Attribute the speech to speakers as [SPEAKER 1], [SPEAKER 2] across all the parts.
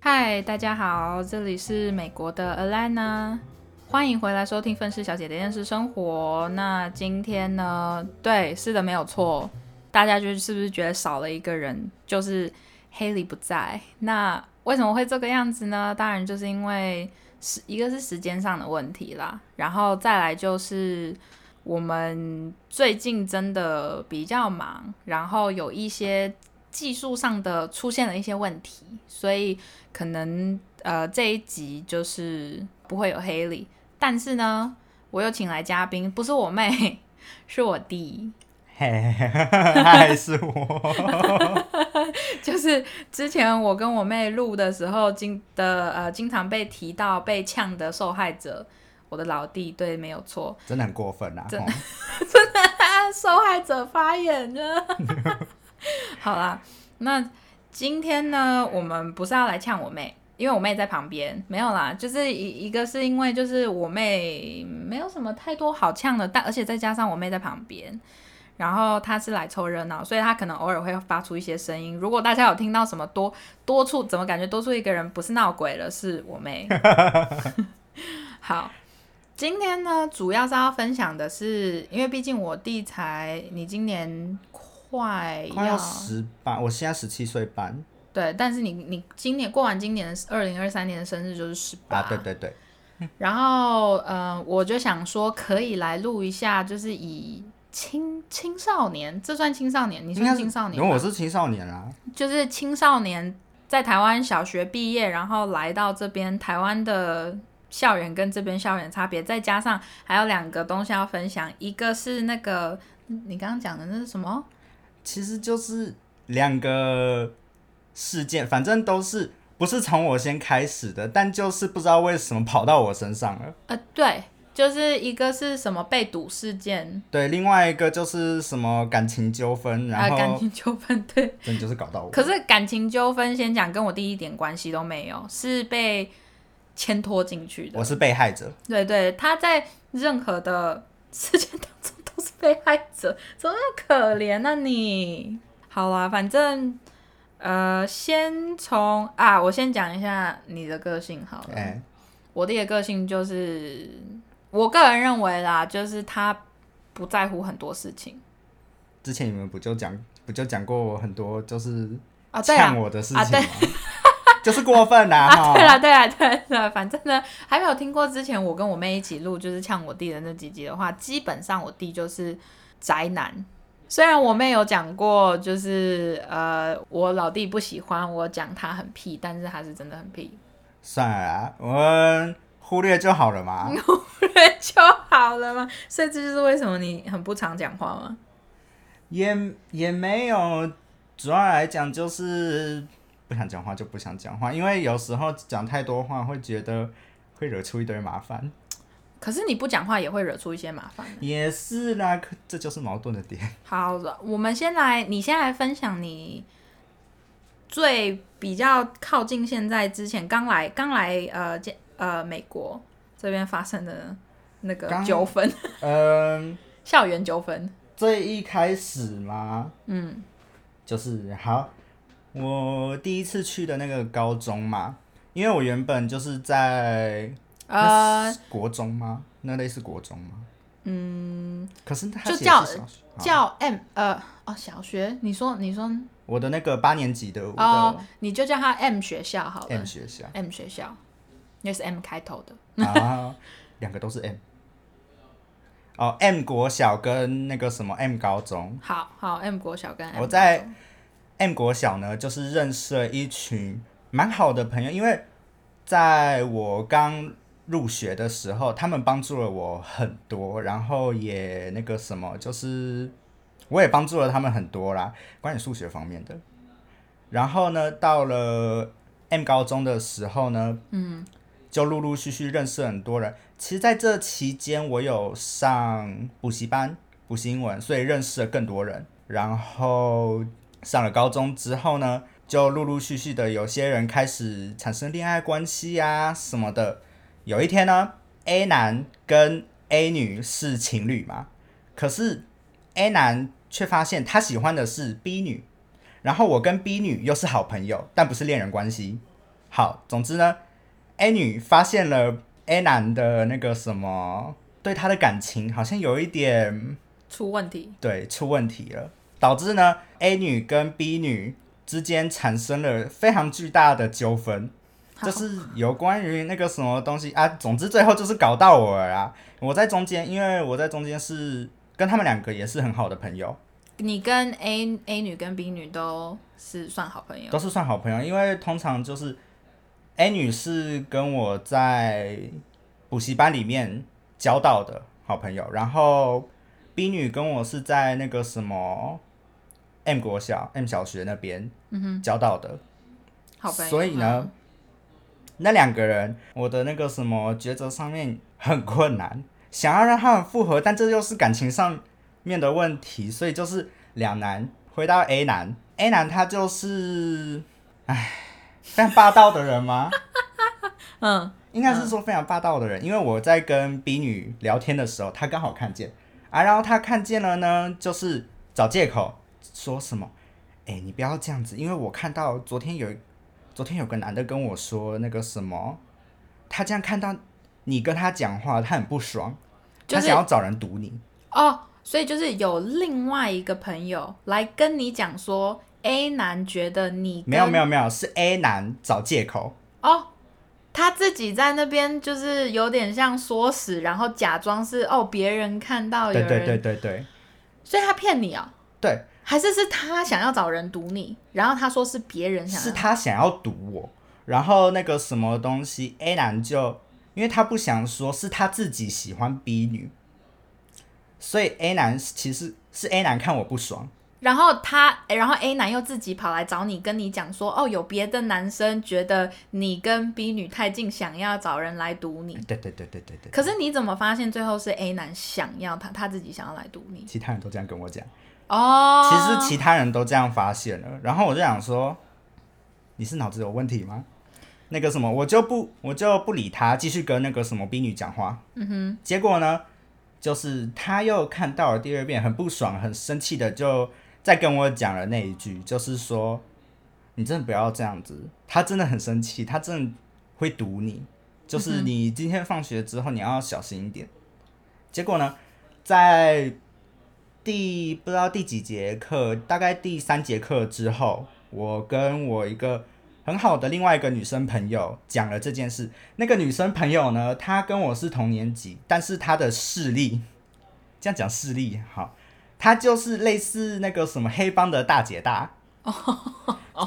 [SPEAKER 1] 嗨，大家好，这里是美国的 Alana，欢迎回来收听《愤世小姐的厌世生活》。那今天呢？对，是的，没有错。大家就是不是觉得少了一个人？就是黑莉不在。那为什么会这个样子呢？当然就是因为时一个是时间上的问题啦，然后再来就是我们最近真的比较忙，然后有一些技术上的出现了一些问题，所以可能呃这一集就是不会有黑莉，但是呢，我又请来嘉宾，不是我妹， 是我弟，
[SPEAKER 2] 嘿，嗨，是我。
[SPEAKER 1] 就是之前我跟我妹录的时候，经的呃经常被提到被呛的受害者，我的老弟，对，没有错，
[SPEAKER 2] 真的很过分啊！
[SPEAKER 1] 真
[SPEAKER 2] 吼
[SPEAKER 1] 受害者发言了。 好啦，那今天呢，我们不是要来呛我妹，因为我妹在旁边，没有啦，就是一一个是因为就是我妹没有什么太多好呛的，但而且再加上我妹在旁边。然后她是来凑热闹，所以她可能偶尔会发出一些声音。如果大家有听到什么多多出，怎么感觉多出一个人不是闹鬼了，是我 妹。好，今天呢，主要是要分享的是，因为毕竟我弟才，你今年快
[SPEAKER 2] 快要十八，我现在十七岁半
[SPEAKER 1] 对，但是你你今年过完今年二零二三年的生日就是十八、
[SPEAKER 2] 啊，对对对，
[SPEAKER 1] 然后，呃，我就想说，可以来录一下，就是以青青少年，这算青少年？你
[SPEAKER 2] 应该
[SPEAKER 1] 算
[SPEAKER 2] 是
[SPEAKER 1] 青少年
[SPEAKER 2] 因为
[SPEAKER 1] 吧？
[SPEAKER 2] 我是青少年啊，
[SPEAKER 1] 就是青少年在台湾小学毕业，然后来到这边台湾的校园跟这边校园差别，再加上还有两个东西要分享，一个是那个你刚刚讲的那是什么？
[SPEAKER 2] 其实就是两个事件，反正都是不是从我先开始的，但就是不知道为什么跑到我身上了。
[SPEAKER 1] 呃，对，就是一个是什么被堵事件，
[SPEAKER 2] 对，另外一个就是什么感情纠纷，
[SPEAKER 1] 啊、
[SPEAKER 2] 然
[SPEAKER 1] 感
[SPEAKER 2] 后
[SPEAKER 1] 情纠纷，对，
[SPEAKER 2] 真的就是搞到我。
[SPEAKER 1] 可是感情纠纷先讲，跟我弟一点关系都没有，是被牵拖进去的
[SPEAKER 2] 我。是被害者，
[SPEAKER 1] 对对，他在任何的事件当中都是被害者，怎么那么可怜啊你？好啦，反正呃，先从啊，我先讲一下你的个性好了。
[SPEAKER 2] 哎、
[SPEAKER 1] 我弟的个性就是，我个人认为啦，就是他不在乎很多事情
[SPEAKER 2] 之前你们不就讲不就讲过我很多就是
[SPEAKER 1] 啊。对啊
[SPEAKER 2] 呛，我的事
[SPEAKER 1] 啊
[SPEAKER 2] 情吗？ 就是过 分啦、啊，哈
[SPEAKER 1] 对了，对了，对了，对了，反正呢，还没有听过之前我跟我妹一起录就是呛我弟的那几集的话，基本上我弟就是宅男。虽然我妹有讲过，就是呃，我老弟不喜欢我讲他很屁，但是他是真的很屁，
[SPEAKER 2] 算了啦，我们忽略就好了 嘛。
[SPEAKER 1] 对就好了嘛。所以这就是为什么你很不常讲话嘛。
[SPEAKER 2] 也也没有，主要来讲就是不想讲话就不想讲话，因为有时候讲太多话会觉得会惹出一堆麻 烦。
[SPEAKER 1] 可是你不讲话也会惹出一些麻烦。
[SPEAKER 2] 也是啦，可这就是矛盾的 点。
[SPEAKER 1] 好了，我们先来，你先来分享你最比较靠近现在之前刚来刚来呃见呃美国这边发生的那个
[SPEAKER 2] 刚
[SPEAKER 1] 纠纷，
[SPEAKER 2] 嗯，
[SPEAKER 1] 校园纠纷。
[SPEAKER 2] 最一开始嘛，嗯，就是好，我第一次去的那个高中嘛，因为我原本就是在那
[SPEAKER 1] 呃，
[SPEAKER 2] 是国中吗？那类似国中吗？嗯，可是他
[SPEAKER 1] 就
[SPEAKER 2] 写
[SPEAKER 1] 叫
[SPEAKER 2] 是小学啊
[SPEAKER 1] 叫 M 呃哦小学，你说你说
[SPEAKER 2] 我的那个八年级的我
[SPEAKER 1] 哦
[SPEAKER 2] 的，
[SPEAKER 1] 你就叫它 M 学校好了
[SPEAKER 2] M 学校
[SPEAKER 1] m 学校，那是 M 开头的。
[SPEAKER 2] 啊，两个都是 M。哦，M 国小跟那个什么 M 高中，
[SPEAKER 1] 好好，M 国小跟 M
[SPEAKER 2] 我在 M 国小呢，就是认识了一群蛮好的朋友，因为在我刚入学的时候，他们帮助了我很多，然后也那个什么，就是我也帮助了他们很多啦，关于数学方面的。然后呢，到了 M 高中的时候呢，嗯，就陆陆续续认识很多人。其实在这期间，我有上补习班，补习英文，所以认识了更多人。然后上了高中之后呢，就陆陆续续的有些人开始产生恋爱关系呀、什么的。有一天呢，A 男跟 A 女是情侣嘛，可是 A 男却发现他喜欢的是 B 女，然后我跟 B 女又是好朋友，但不是恋人关系。好，总之呢，A 女发现了 A 男的那个什么，对她的感情好像有一点
[SPEAKER 1] 出问题，
[SPEAKER 2] 对出问题了，导致呢 A 女跟 B 女之间产生了非常巨大的纠纷。就
[SPEAKER 1] 好
[SPEAKER 2] 是有关于那个什么东西啊，总之最后就是搞到我了啦。我在中间，因为我在中间是跟他们两个也是很好的朋友，
[SPEAKER 1] 你跟 A A 女跟 B 女都是算好朋友
[SPEAKER 2] 都，是算好朋友。因为通常就是 A 女是跟我在补习班里面交到的好朋友，然后 B 女跟我是在那个什么 M 国小 M 小学那边
[SPEAKER 1] 嗯
[SPEAKER 2] 交到的。
[SPEAKER 1] 好朋友。嗯
[SPEAKER 2] 所以呢，那两个人，我的那个什么抉择上面很困难，想要让他们复合，但这又是感情上面的问题，所以就是两难。回到 A 男，A 男他就是，唉，非常霸道的人吗？
[SPEAKER 1] 嗯，
[SPEAKER 2] 应该是说非常霸道的人，因为我在跟 B 女聊天的时候，她刚好看见啊，然后她看见了呢，就是找借口说什么，哎、你不要这样子，因为我看到昨天有昨天有个男的跟我说那个什么，他这样看到你跟他讲话，他很不爽，
[SPEAKER 1] 就
[SPEAKER 2] 他
[SPEAKER 1] 是
[SPEAKER 2] 想要找人堵你，
[SPEAKER 1] 哦，所以就是有另外一个朋友来跟你讲说，A 男觉得你
[SPEAKER 2] 没有没
[SPEAKER 1] 有
[SPEAKER 2] 有没有，是 A 男找借口，
[SPEAKER 1] 哦，他自己在那边就是有点像唆使，然后假装是哦别人看哦到有
[SPEAKER 2] 对
[SPEAKER 1] 人，
[SPEAKER 2] 对对对对
[SPEAKER 1] 所以他骗你哦，
[SPEAKER 2] 对，
[SPEAKER 1] 还是是他想要找人堵你，然后他说是别人想要
[SPEAKER 2] 是他想要堵我，然后那个什么东西 A 男就，因为他不想说是他自己喜欢 B 女，所以 A 男其实是 A 男看我不爽，
[SPEAKER 1] 然后他，诶然后 A 男又自己跑来找你，跟你讲说，哦，有别的男生觉得你跟 B 女太近，想要找人来堵你。
[SPEAKER 2] 对对对对对对，
[SPEAKER 1] 可是你怎么发现最后是 A 男想要他他自己想要来堵你？
[SPEAKER 2] 其他人都这样跟我讲，
[SPEAKER 1] 哦，
[SPEAKER 2] 其实其他人都这样发现了，然后我就想说，你是脑子有问题吗？那个什么，我就不我就不理他，继续跟那个什么 B 女讲话，嗯哼，结果呢？就是他又看到了第二遍，很不爽、很生气的，就再跟我讲了那一句，就是说你真的不要这样子。他真的很生气，他真的会堵你，就是你今天放学之后你要小心一点。结果呢，在第不知道第几节课，大概第三节课之后，我跟我一个很好的另外一个女生朋友讲了这件事。那个女生朋友呢，她跟我是同年级，但是她的势力，这样讲势力好，她就是类似那个什么黑帮的大姐大，
[SPEAKER 1] 哦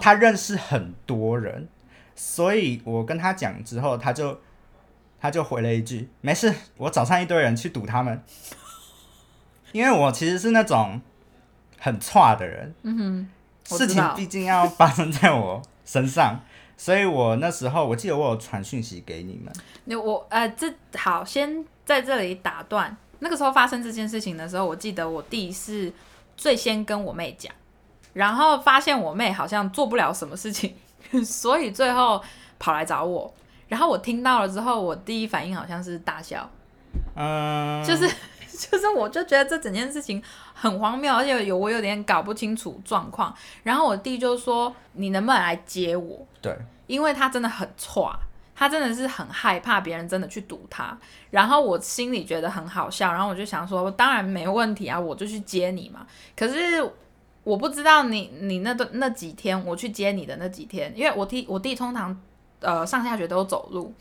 [SPEAKER 2] 她认识很多人，所以我跟她讲之后，她就她就回了一句：“没事，我找上一堆人去堵他们。”因为我其实是那种很差的人，嗯
[SPEAKER 1] 我
[SPEAKER 2] 事
[SPEAKER 1] 知
[SPEAKER 2] 情
[SPEAKER 1] 道
[SPEAKER 2] 毕竟要发生在我身上。所以我那时候我记得我有传讯息给你们，
[SPEAKER 1] 那我呃，这好，先在这里打断。那个时候发生这件事情的时候，我记得我弟是最先跟我妹讲，然后发现我妹好像做不了什么事情， 所以最后跑来找我。然后我听到了之后，我第一反应好像是大笑，
[SPEAKER 2] 嗯，
[SPEAKER 1] 就是就是， 我就觉得这整件事情很荒谬，而且有我有点搞不清楚状况。然后我弟就说：“你能不能来接我？”
[SPEAKER 2] 对，
[SPEAKER 1] 因为他真的很差，他真的是很害怕别人真的去堵他。然后我心里觉得很好笑，然后我就想说，当然没问题啊，我就去接你嘛。可是我不知道你你那段那几天我去接你的那几天，因为我弟我弟通常呃上下学都走路，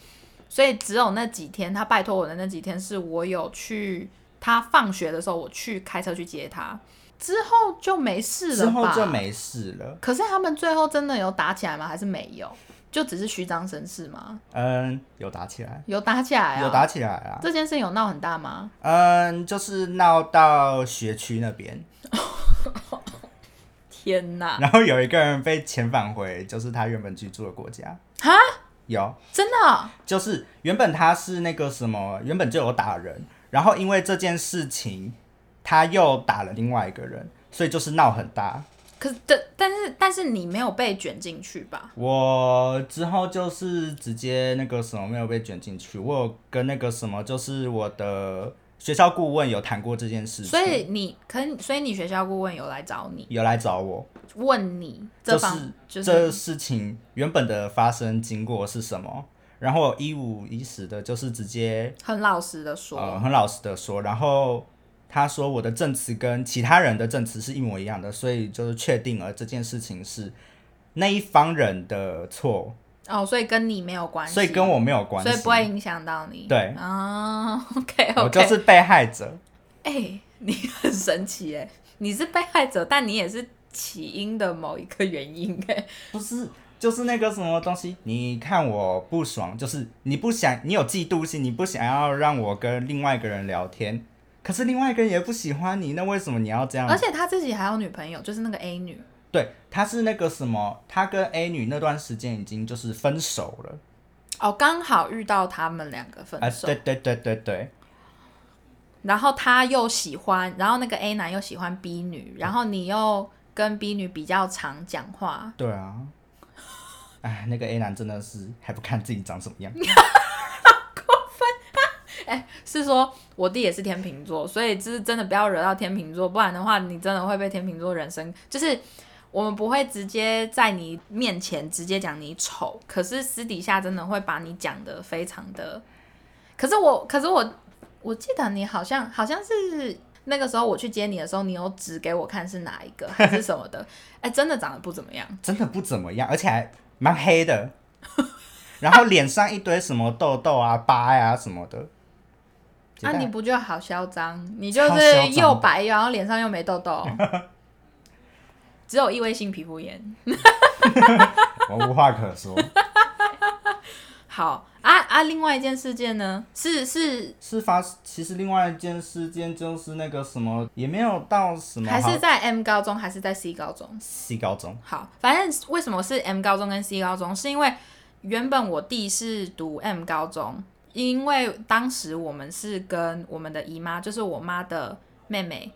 [SPEAKER 1] 所以只有那几天他拜托我的那几天是我有去他放学的时候我去开车去接他，之后就没事
[SPEAKER 2] 之
[SPEAKER 1] 了
[SPEAKER 2] 后
[SPEAKER 1] 吧？
[SPEAKER 2] 就没事了。
[SPEAKER 1] 可是他们最后真的有打起来吗？还是没有？就只是虚张声势吗？
[SPEAKER 2] 嗯，有打起来，
[SPEAKER 1] 有打起来啊？
[SPEAKER 2] 有打起来啦。
[SPEAKER 1] 这件事有闹很大吗？
[SPEAKER 2] 嗯，就是闹到学区那边，
[SPEAKER 1] 天哪！
[SPEAKER 2] 然后有一个人被遣返回，就是他原本居住的国家。
[SPEAKER 1] 哈，
[SPEAKER 2] 有，
[SPEAKER 1] 真的哦、
[SPEAKER 2] 就是原本他是那个什么，原本就有打人，然后因为这件事情，他又打了另外一个人，所以就是闹很大。
[SPEAKER 1] 可是但但是但是你没有被卷进去吧？
[SPEAKER 2] 我之后就是直接那个什么没有被卷进去，我有跟那个什么就是我的学校顾问有谈过这件事情，
[SPEAKER 1] 所以你可所以你学校顾问有来找你
[SPEAKER 2] 有来找我，
[SPEAKER 1] 问你
[SPEAKER 2] 这
[SPEAKER 1] 这
[SPEAKER 2] 是
[SPEAKER 1] 方就是
[SPEAKER 2] 这事情原本的发生经过是什么，然后一五一十的，就是直接
[SPEAKER 1] 很老实的说，
[SPEAKER 2] 呃很老实的说，然后他说我的证词跟其他人的证词是一模一样的，所以就是确定了这件事情是那一方人的错，
[SPEAKER 1] 哦，所以跟你没有关系，
[SPEAKER 2] 所以跟我没有关系，
[SPEAKER 1] 所以不会影响到你。
[SPEAKER 2] 对
[SPEAKER 1] 啊，OK
[SPEAKER 2] 我就
[SPEAKER 1] OK，
[SPEAKER 2] 是被害者，
[SPEAKER 1] 哎、你很神奇哎， 你是被害者，但你也是起因的某一个原因哎。
[SPEAKER 2] 不是。就是那个什么东西，你看我不爽，就是你不想，你有嫉妒心，你不想要让我跟另外一个人聊天，可是另外一个人也不喜欢你，那为什么你要这样
[SPEAKER 1] 而且他自己还有女朋友，就是那个 A 女。
[SPEAKER 2] 对，他是那个什么，他跟 A 女那段时间已经就是分手了。
[SPEAKER 1] 哦，刚好遇到他们两个分
[SPEAKER 2] 啊，
[SPEAKER 1] 手，
[SPEAKER 2] 对对对对对，
[SPEAKER 1] 然后他又喜欢，然后那个 A 男又喜欢 B 女，然后你又跟 B 女比较常讲话，
[SPEAKER 2] 对啊。哎，那个 A 男真的是还不看自己长什么 样，
[SPEAKER 1] 是说我弟也是天秤座，所以就是真的不要惹到天秤座，不然的话你真的会被天秤座人生就是。我们不会直接在你面前直接讲你丑，可是私底下真的会把你讲的非常的。可是我，可是我，我记得你好像好像是那个时候我去接你的时候，你有指给我看是哪一个还是什么的，哎、真的长得不怎么样。
[SPEAKER 2] 真的不怎么样，而且还蛮黑的，然后脸上一堆什么痘痘啊、疤呀、什么的。姐
[SPEAKER 1] 啊，
[SPEAKER 2] 带
[SPEAKER 1] 你不觉得好嚣张？你就
[SPEAKER 2] 超嚣
[SPEAKER 1] 是
[SPEAKER 2] 张
[SPEAKER 1] 又
[SPEAKER 2] 的
[SPEAKER 1] 白，然后脸上又没痘 痘，只有异位性皮肤炎。
[SPEAKER 2] 我无话可说，
[SPEAKER 1] 好啊啊！另外一件事件呢，是是
[SPEAKER 2] 是发。其实另外一件事件就是那个什么，也没有到什么好，
[SPEAKER 1] 还是在 M 高中还是在 C 高中？
[SPEAKER 2] 西高中，
[SPEAKER 1] 好，反正为什么是 M 高中跟 C 高中，是因为原本我弟是读 M 高中，因为当时我们是跟我们的姨妈，就是我妈的妹妹，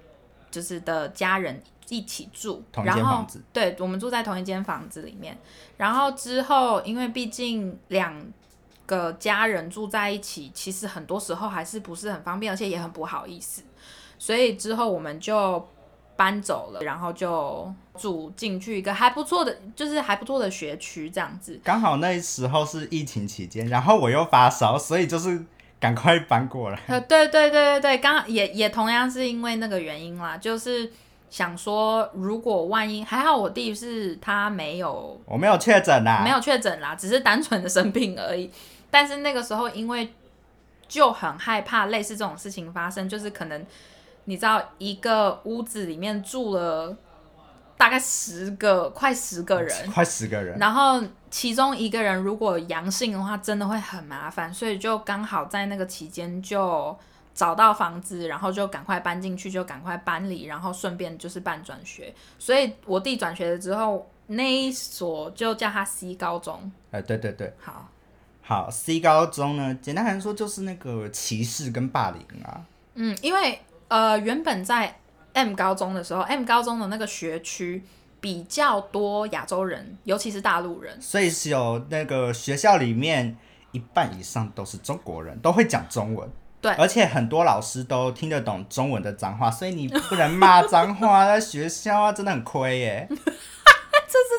[SPEAKER 1] 就是的家人一起住，
[SPEAKER 2] 同一
[SPEAKER 1] 然
[SPEAKER 2] 间
[SPEAKER 1] 后
[SPEAKER 2] 房子
[SPEAKER 1] 对，我们住在同一间房子里面。然后之后，因为毕竟两个家人住在一起，其实很多时候还是不是很方便，而且也很不好意思，所以之后我们就搬走了，然后就住进去一个还不错的，就是还不错的学区这样子。
[SPEAKER 2] 刚好那时候是疫情期间，然后我又发烧，所以就是赶快搬过来。
[SPEAKER 1] 呃，对对对对对，刚也也同样是因为那个原因啦，就是想说，如果万一还好，我弟是他没有
[SPEAKER 2] 我没有确诊啊呐，
[SPEAKER 1] 没有确诊啦，只是单纯的生病而已。但是那个时候因为就很害怕类似这种事情发生，就是可能你知道一个屋子里面住了大概十个快十个人，
[SPEAKER 2] 快十个人，
[SPEAKER 1] 然后其中一个人如果阳性的话，真的会很麻烦，所以就刚好在那个期间就找到房子，然后就赶快搬进去，就赶快搬离，然后顺便就是办转学。所以我弟转学了之后，那一所就叫他 C 高中。
[SPEAKER 2] 呃，对对对，
[SPEAKER 1] 好，
[SPEAKER 2] 好，C 高中呢，简单来说就是那个歧视跟霸凌啊，
[SPEAKER 1] 嗯，因为呃原本在呃 M 高中的时候，M 高中的那个学区比较多亚洲人，尤其是大陆人。
[SPEAKER 2] 所以是有那个学校里面一半以上都是中国人，都会讲中文。
[SPEAKER 1] 对
[SPEAKER 2] 而且很多老师都听得懂中文的脏话，所以你不能骂脏话，在学校啊，真的很亏耶。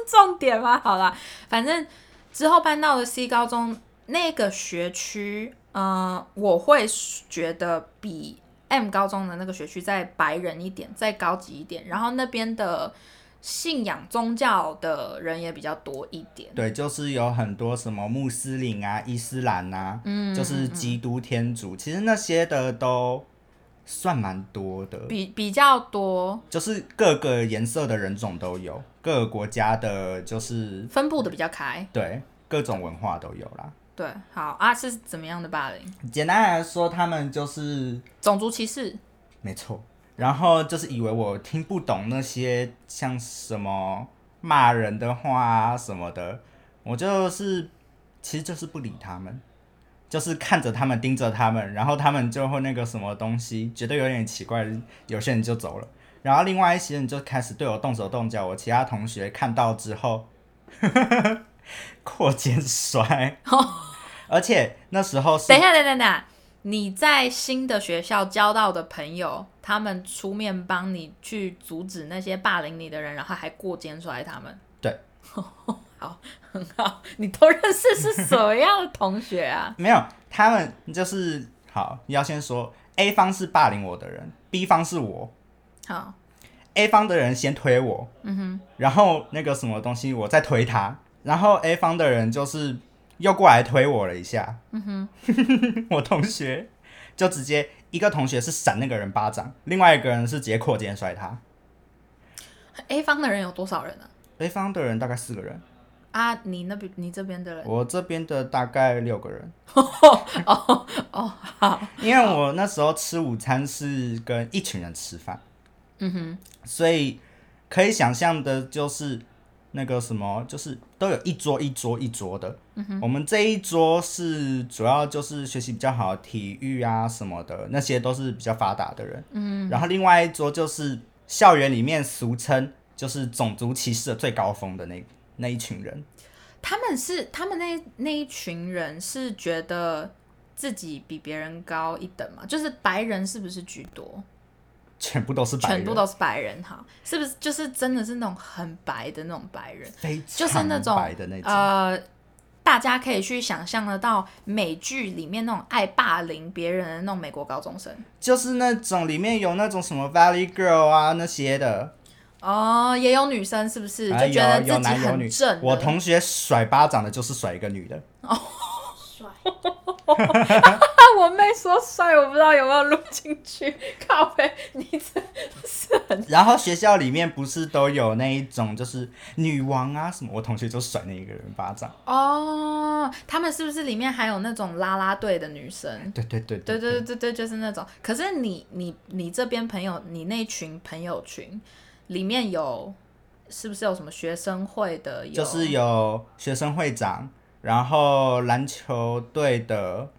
[SPEAKER 1] 重点吗？好啦，反正之后搬到了 C 高中那个学区，呃，我会觉得比 M 高中的那个学区再白人一点，再高级一点，然后那边的信仰宗教的人也比较多一点。
[SPEAKER 2] 对，就是有很多什么穆斯林啊、伊斯兰啊，嗯，就是基督天主，其实那些的都算蛮多的，
[SPEAKER 1] 比比较多
[SPEAKER 2] 就是各个颜色的人种都有，各个国家的，就是
[SPEAKER 1] 分布的比较开，
[SPEAKER 2] 对各种文化都有啦。
[SPEAKER 1] 对，好啊，是怎么样的霸凌？
[SPEAKER 2] 简单来说，他们就是
[SPEAKER 1] 种族歧视，
[SPEAKER 2] 没错，然后就是以为我听不懂那些像什么骂人的话啊什么的，我就是其实就是不理他们，就是看着他们盯着他们，然后他们就会那个什么东西觉得有点奇怪，有些人就走了，然后另外一些人就开始对我动手动脚，我其他同学看到之后， 呵呵呵，扩肩摔，而且那时候是
[SPEAKER 1] 等一下，等一下等一下，你在新的学校交到的朋友，他们出面帮你去阻止那些霸凌你的人，然后还过肩摔他们。
[SPEAKER 2] 对，？
[SPEAKER 1] 好，很好。你都认识是什么样的同学啊
[SPEAKER 2] 没有，他们就是好，要先说 A 方是霸凌我的人，B 方是我
[SPEAKER 1] 好，
[SPEAKER 2] ，A 方的人先推我，嗯哼，然后那个什么东西我再推他，然后 A 方的人就是又过来推我了一下， 嗯哼，我同学就直接一个同学是闪那个人巴掌，另外一个人是直接扩肩摔他。
[SPEAKER 1] A 方的人有多少人呢、
[SPEAKER 2] A 方的人大概四个人，
[SPEAKER 1] 啊？啊，你那边你这边的人
[SPEAKER 2] 我这边的大概六个人，
[SPEAKER 1] 哦，好，
[SPEAKER 2] 因为我那时候吃午餐是跟一群人吃饭，
[SPEAKER 1] 嗯哼，
[SPEAKER 2] 所以可以想象的就是那个什么，就是都有一桌一桌一桌的。
[SPEAKER 1] 嗯
[SPEAKER 2] 我们这一桌是主要就是学习比较好，体育啊什么的，那些都是比较发达的人。嗯，然后另外一桌就是校园里面俗称就是种族歧视的最高峰的那那一群人。
[SPEAKER 1] 他们是他们那那一群人是觉得自己比别人高一等嘛？就是白人是不是居多？
[SPEAKER 2] 全部都是白人，
[SPEAKER 1] 全部都是白人哈，是不是就是真的是那种很白的那种白人？
[SPEAKER 2] 非常
[SPEAKER 1] 就是那种
[SPEAKER 2] 白的那种，
[SPEAKER 1] 呃，大家可以去想象得到美剧里面那种爱霸凌别人的那种美国高中生
[SPEAKER 2] 就是那种里面有那种什么 Valley Girl 啊那些的，
[SPEAKER 1] 哦，也有女生是不是
[SPEAKER 2] 哎
[SPEAKER 1] 就觉得
[SPEAKER 2] 有
[SPEAKER 1] 自
[SPEAKER 2] 有
[SPEAKER 1] 己
[SPEAKER 2] 男有
[SPEAKER 1] 很
[SPEAKER 2] 女
[SPEAKER 1] 正的？
[SPEAKER 2] 我同学甩巴掌的就是甩一个女的，
[SPEAKER 3] 帅，
[SPEAKER 1] 啊，我妹说帅，我不知道有没有录进去。 靠背，你这是很
[SPEAKER 2] 然后学校里面不是都有那一种就是女王啊什么，我同学就甩那一个人巴掌。
[SPEAKER 1] 哦，他们是不是里面还有那种啦啦队的女生？
[SPEAKER 2] 对对对
[SPEAKER 1] 对
[SPEAKER 2] 对
[SPEAKER 1] 对对对，就是那种。可是你你你这边朋友，你那群朋友群里面有是不是有什么学生会的？有
[SPEAKER 2] 就是有学生会长，然后篮球队的，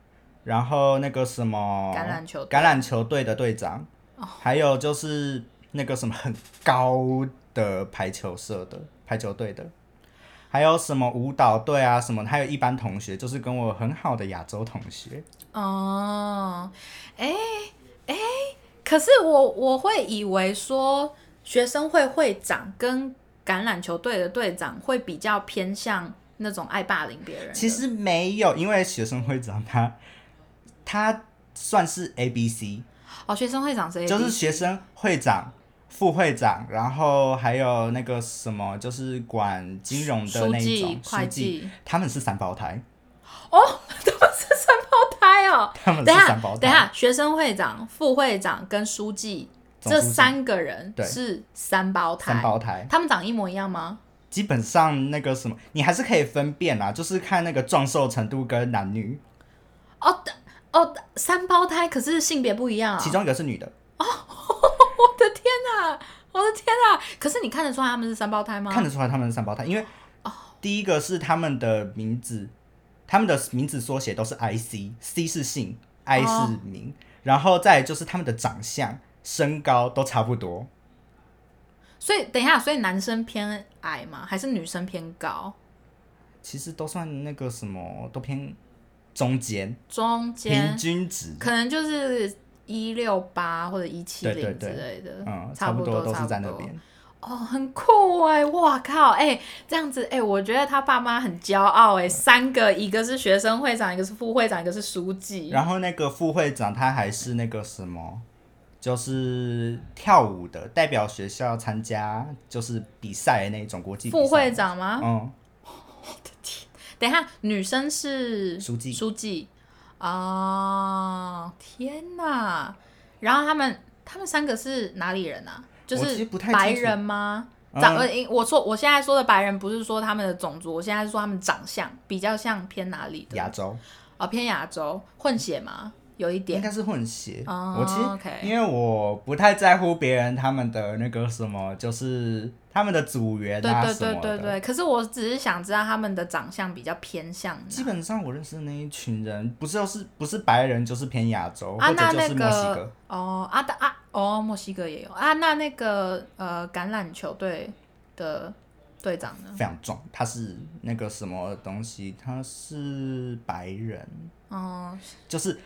[SPEAKER 2] 然后那个什么
[SPEAKER 1] 橄榄球队哦
[SPEAKER 2] 橄榄球队的队长，还有就是那个什么很高的排球社的排球队的。还有什么舞蹈队啊，什么的？还有一班同学，就是跟我很好的亚洲同
[SPEAKER 1] 哎
[SPEAKER 2] 学。
[SPEAKER 1] 哦，哎哎，可是我我会以为说学生会会长跟橄榄球队的队长会比较偏向那种爱霸凌别人的。
[SPEAKER 2] 其实没有，因为学生会长他他算是 A B C，
[SPEAKER 1] 哦，学生会长是 A B
[SPEAKER 2] 就是学生会长、副会长，然后还有那个什么，就是管金融的
[SPEAKER 1] 书
[SPEAKER 2] 那一
[SPEAKER 1] 记
[SPEAKER 2] 种、
[SPEAKER 1] 会
[SPEAKER 2] 书记，
[SPEAKER 1] 计，
[SPEAKER 2] 他们是三胞胎，
[SPEAKER 1] 他们哦是三胞胎哦。
[SPEAKER 2] 他们
[SPEAKER 1] 等一
[SPEAKER 2] 是
[SPEAKER 1] 下
[SPEAKER 2] 三胞，
[SPEAKER 1] 等一
[SPEAKER 2] 胎。
[SPEAKER 1] 下，学生会长、副会长跟书记
[SPEAKER 2] 总
[SPEAKER 1] 这
[SPEAKER 2] 书记
[SPEAKER 1] 三个人
[SPEAKER 2] 对
[SPEAKER 1] 是三胞
[SPEAKER 2] 三
[SPEAKER 1] 胎，
[SPEAKER 2] 胞胎，
[SPEAKER 1] 他们长一模一样吗？
[SPEAKER 2] 基本上那个什么，你还是可以分辨啦，就是看那个壮瘦程度跟男女，
[SPEAKER 1] 哦哦，三胞胎，可是性别不一样啊、
[SPEAKER 2] 其中一个是女的，
[SPEAKER 1] 我的天哪、我的天哪、可是你看得出来他们是三胞胎吗？
[SPEAKER 2] 看得出来他们是三胞胎，因为
[SPEAKER 1] 哦
[SPEAKER 2] 第一个是他们的名字，他们的名字缩写都是 I C，C 是姓，I 是
[SPEAKER 1] 哦
[SPEAKER 2] 名，然后再来就是他们的长相、身高都差不多。
[SPEAKER 1] 所以等一下，所以男生偏矮吗？还是女生偏高？
[SPEAKER 2] 其实都算那个什么，都偏中间
[SPEAKER 1] 中
[SPEAKER 2] 平
[SPEAKER 1] 间
[SPEAKER 2] 均值，
[SPEAKER 1] 可能就是一六八或者一七
[SPEAKER 2] 对对
[SPEAKER 1] 零之
[SPEAKER 2] 对
[SPEAKER 1] 类的，
[SPEAKER 2] 嗯，
[SPEAKER 1] 差
[SPEAKER 2] 差不
[SPEAKER 1] 多
[SPEAKER 2] 都
[SPEAKER 1] 差
[SPEAKER 2] 是
[SPEAKER 1] 不
[SPEAKER 2] 在那
[SPEAKER 1] 多
[SPEAKER 2] 边。
[SPEAKER 1] 哦，很酷哎！哇靠，哎、这样子哎、我觉得他爸妈很骄傲哎，三个，一个是学生会长，一个是副会长，一个是书记。
[SPEAKER 2] 然后那个副会长他还是那个什么，就是跳舞的，代表学校参加就是比赛的那种国际比赛
[SPEAKER 1] 副会，长吗？
[SPEAKER 2] 嗯，
[SPEAKER 1] 等一下，女生是
[SPEAKER 2] 书记
[SPEAKER 1] 书记哦，天哪！然后他们他们三个是哪里人啊？就
[SPEAKER 2] 我其
[SPEAKER 1] 是
[SPEAKER 2] 实不太
[SPEAKER 1] 白
[SPEAKER 2] 清楚
[SPEAKER 1] 人吗？
[SPEAKER 2] 嗯
[SPEAKER 1] 长呃、我说我现在说的白人不是说他们的种族，我现在是说他们长相比较像偏哪里的？
[SPEAKER 2] 亚洲
[SPEAKER 1] 哦，偏亚洲混血吗？有一
[SPEAKER 2] 应
[SPEAKER 1] 点。
[SPEAKER 2] 该是混血。
[SPEAKER 1] 哦
[SPEAKER 2] 我其实
[SPEAKER 1] OK
[SPEAKER 2] 因为我不太在乎别人他们的那个什么，就是他们的组员
[SPEAKER 1] 对
[SPEAKER 2] 啊
[SPEAKER 1] 对
[SPEAKER 2] 什么
[SPEAKER 1] 对
[SPEAKER 2] 的。
[SPEAKER 1] 对对，可是我只是想知道他们的长相比较偏向哪
[SPEAKER 2] 基本上我认识的那一群人，不是就是不是白人就是偏亚洲，
[SPEAKER 1] 啊，
[SPEAKER 2] 或者
[SPEAKER 1] 那
[SPEAKER 2] 就
[SPEAKER 1] 那
[SPEAKER 2] 是墨西
[SPEAKER 1] 个
[SPEAKER 2] 哥。
[SPEAKER 1] 哦，啊的啊哦，墨西哥也有啊。那那个呃，橄榄球队的队长呢？
[SPEAKER 2] 非常壮，他是那个什么东西，他是白人，
[SPEAKER 1] 哦、
[SPEAKER 2] 就是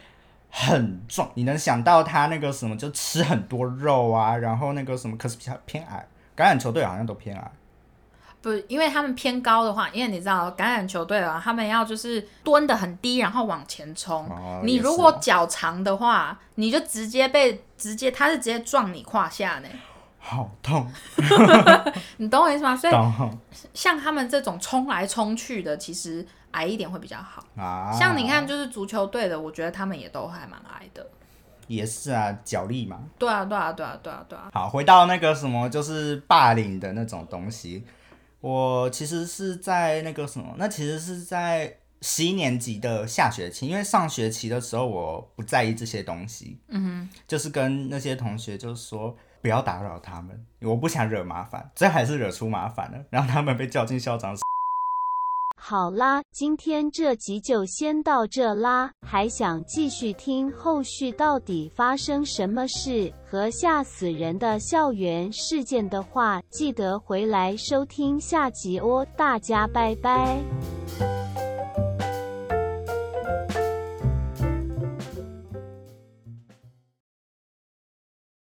[SPEAKER 2] 很壮，你能想到他那个什么就吃很多肉啊，然后那个什么，可是比较偏矮，橄榄球队好像都偏矮。
[SPEAKER 1] 不，因为他们偏高的话，因为你知道橄榄球队啊，他们要就是蹲得很低，然后往前冲。
[SPEAKER 2] 哦
[SPEAKER 1] 你
[SPEAKER 2] 也是
[SPEAKER 1] 如果
[SPEAKER 2] 哦
[SPEAKER 1] 脚长的话，你就直接被直接，他是直接撞你胯下呢，
[SPEAKER 2] 好痛，
[SPEAKER 1] 你懂我意思吗？所以
[SPEAKER 2] 懂
[SPEAKER 1] 像他们这种冲来冲去的，其实矮一点会比较好。
[SPEAKER 2] 啊？
[SPEAKER 1] 像你看，就是足球队的，我觉得他们也都还蛮矮的。
[SPEAKER 2] 也是啊，脚力嘛。
[SPEAKER 1] 对啊，对啊，对啊，对啊，对啊。
[SPEAKER 2] 好，回到那个什么，就是霸凌的那种东西。我其实是在那个什么，那其实是在十一年级的下学期，因为上学期的时候我不在意这些东西，嗯哼，就是跟那些同学就是说不要打扰他们，我不想惹麻烦，这还是惹出麻烦了，然后他们被叫进校长室。
[SPEAKER 3] 好啦，今天这集就先到这啦。还想继续听后续到底发生什么事和吓死人的校园事件的话，记得回来收听下集哦。大家拜拜。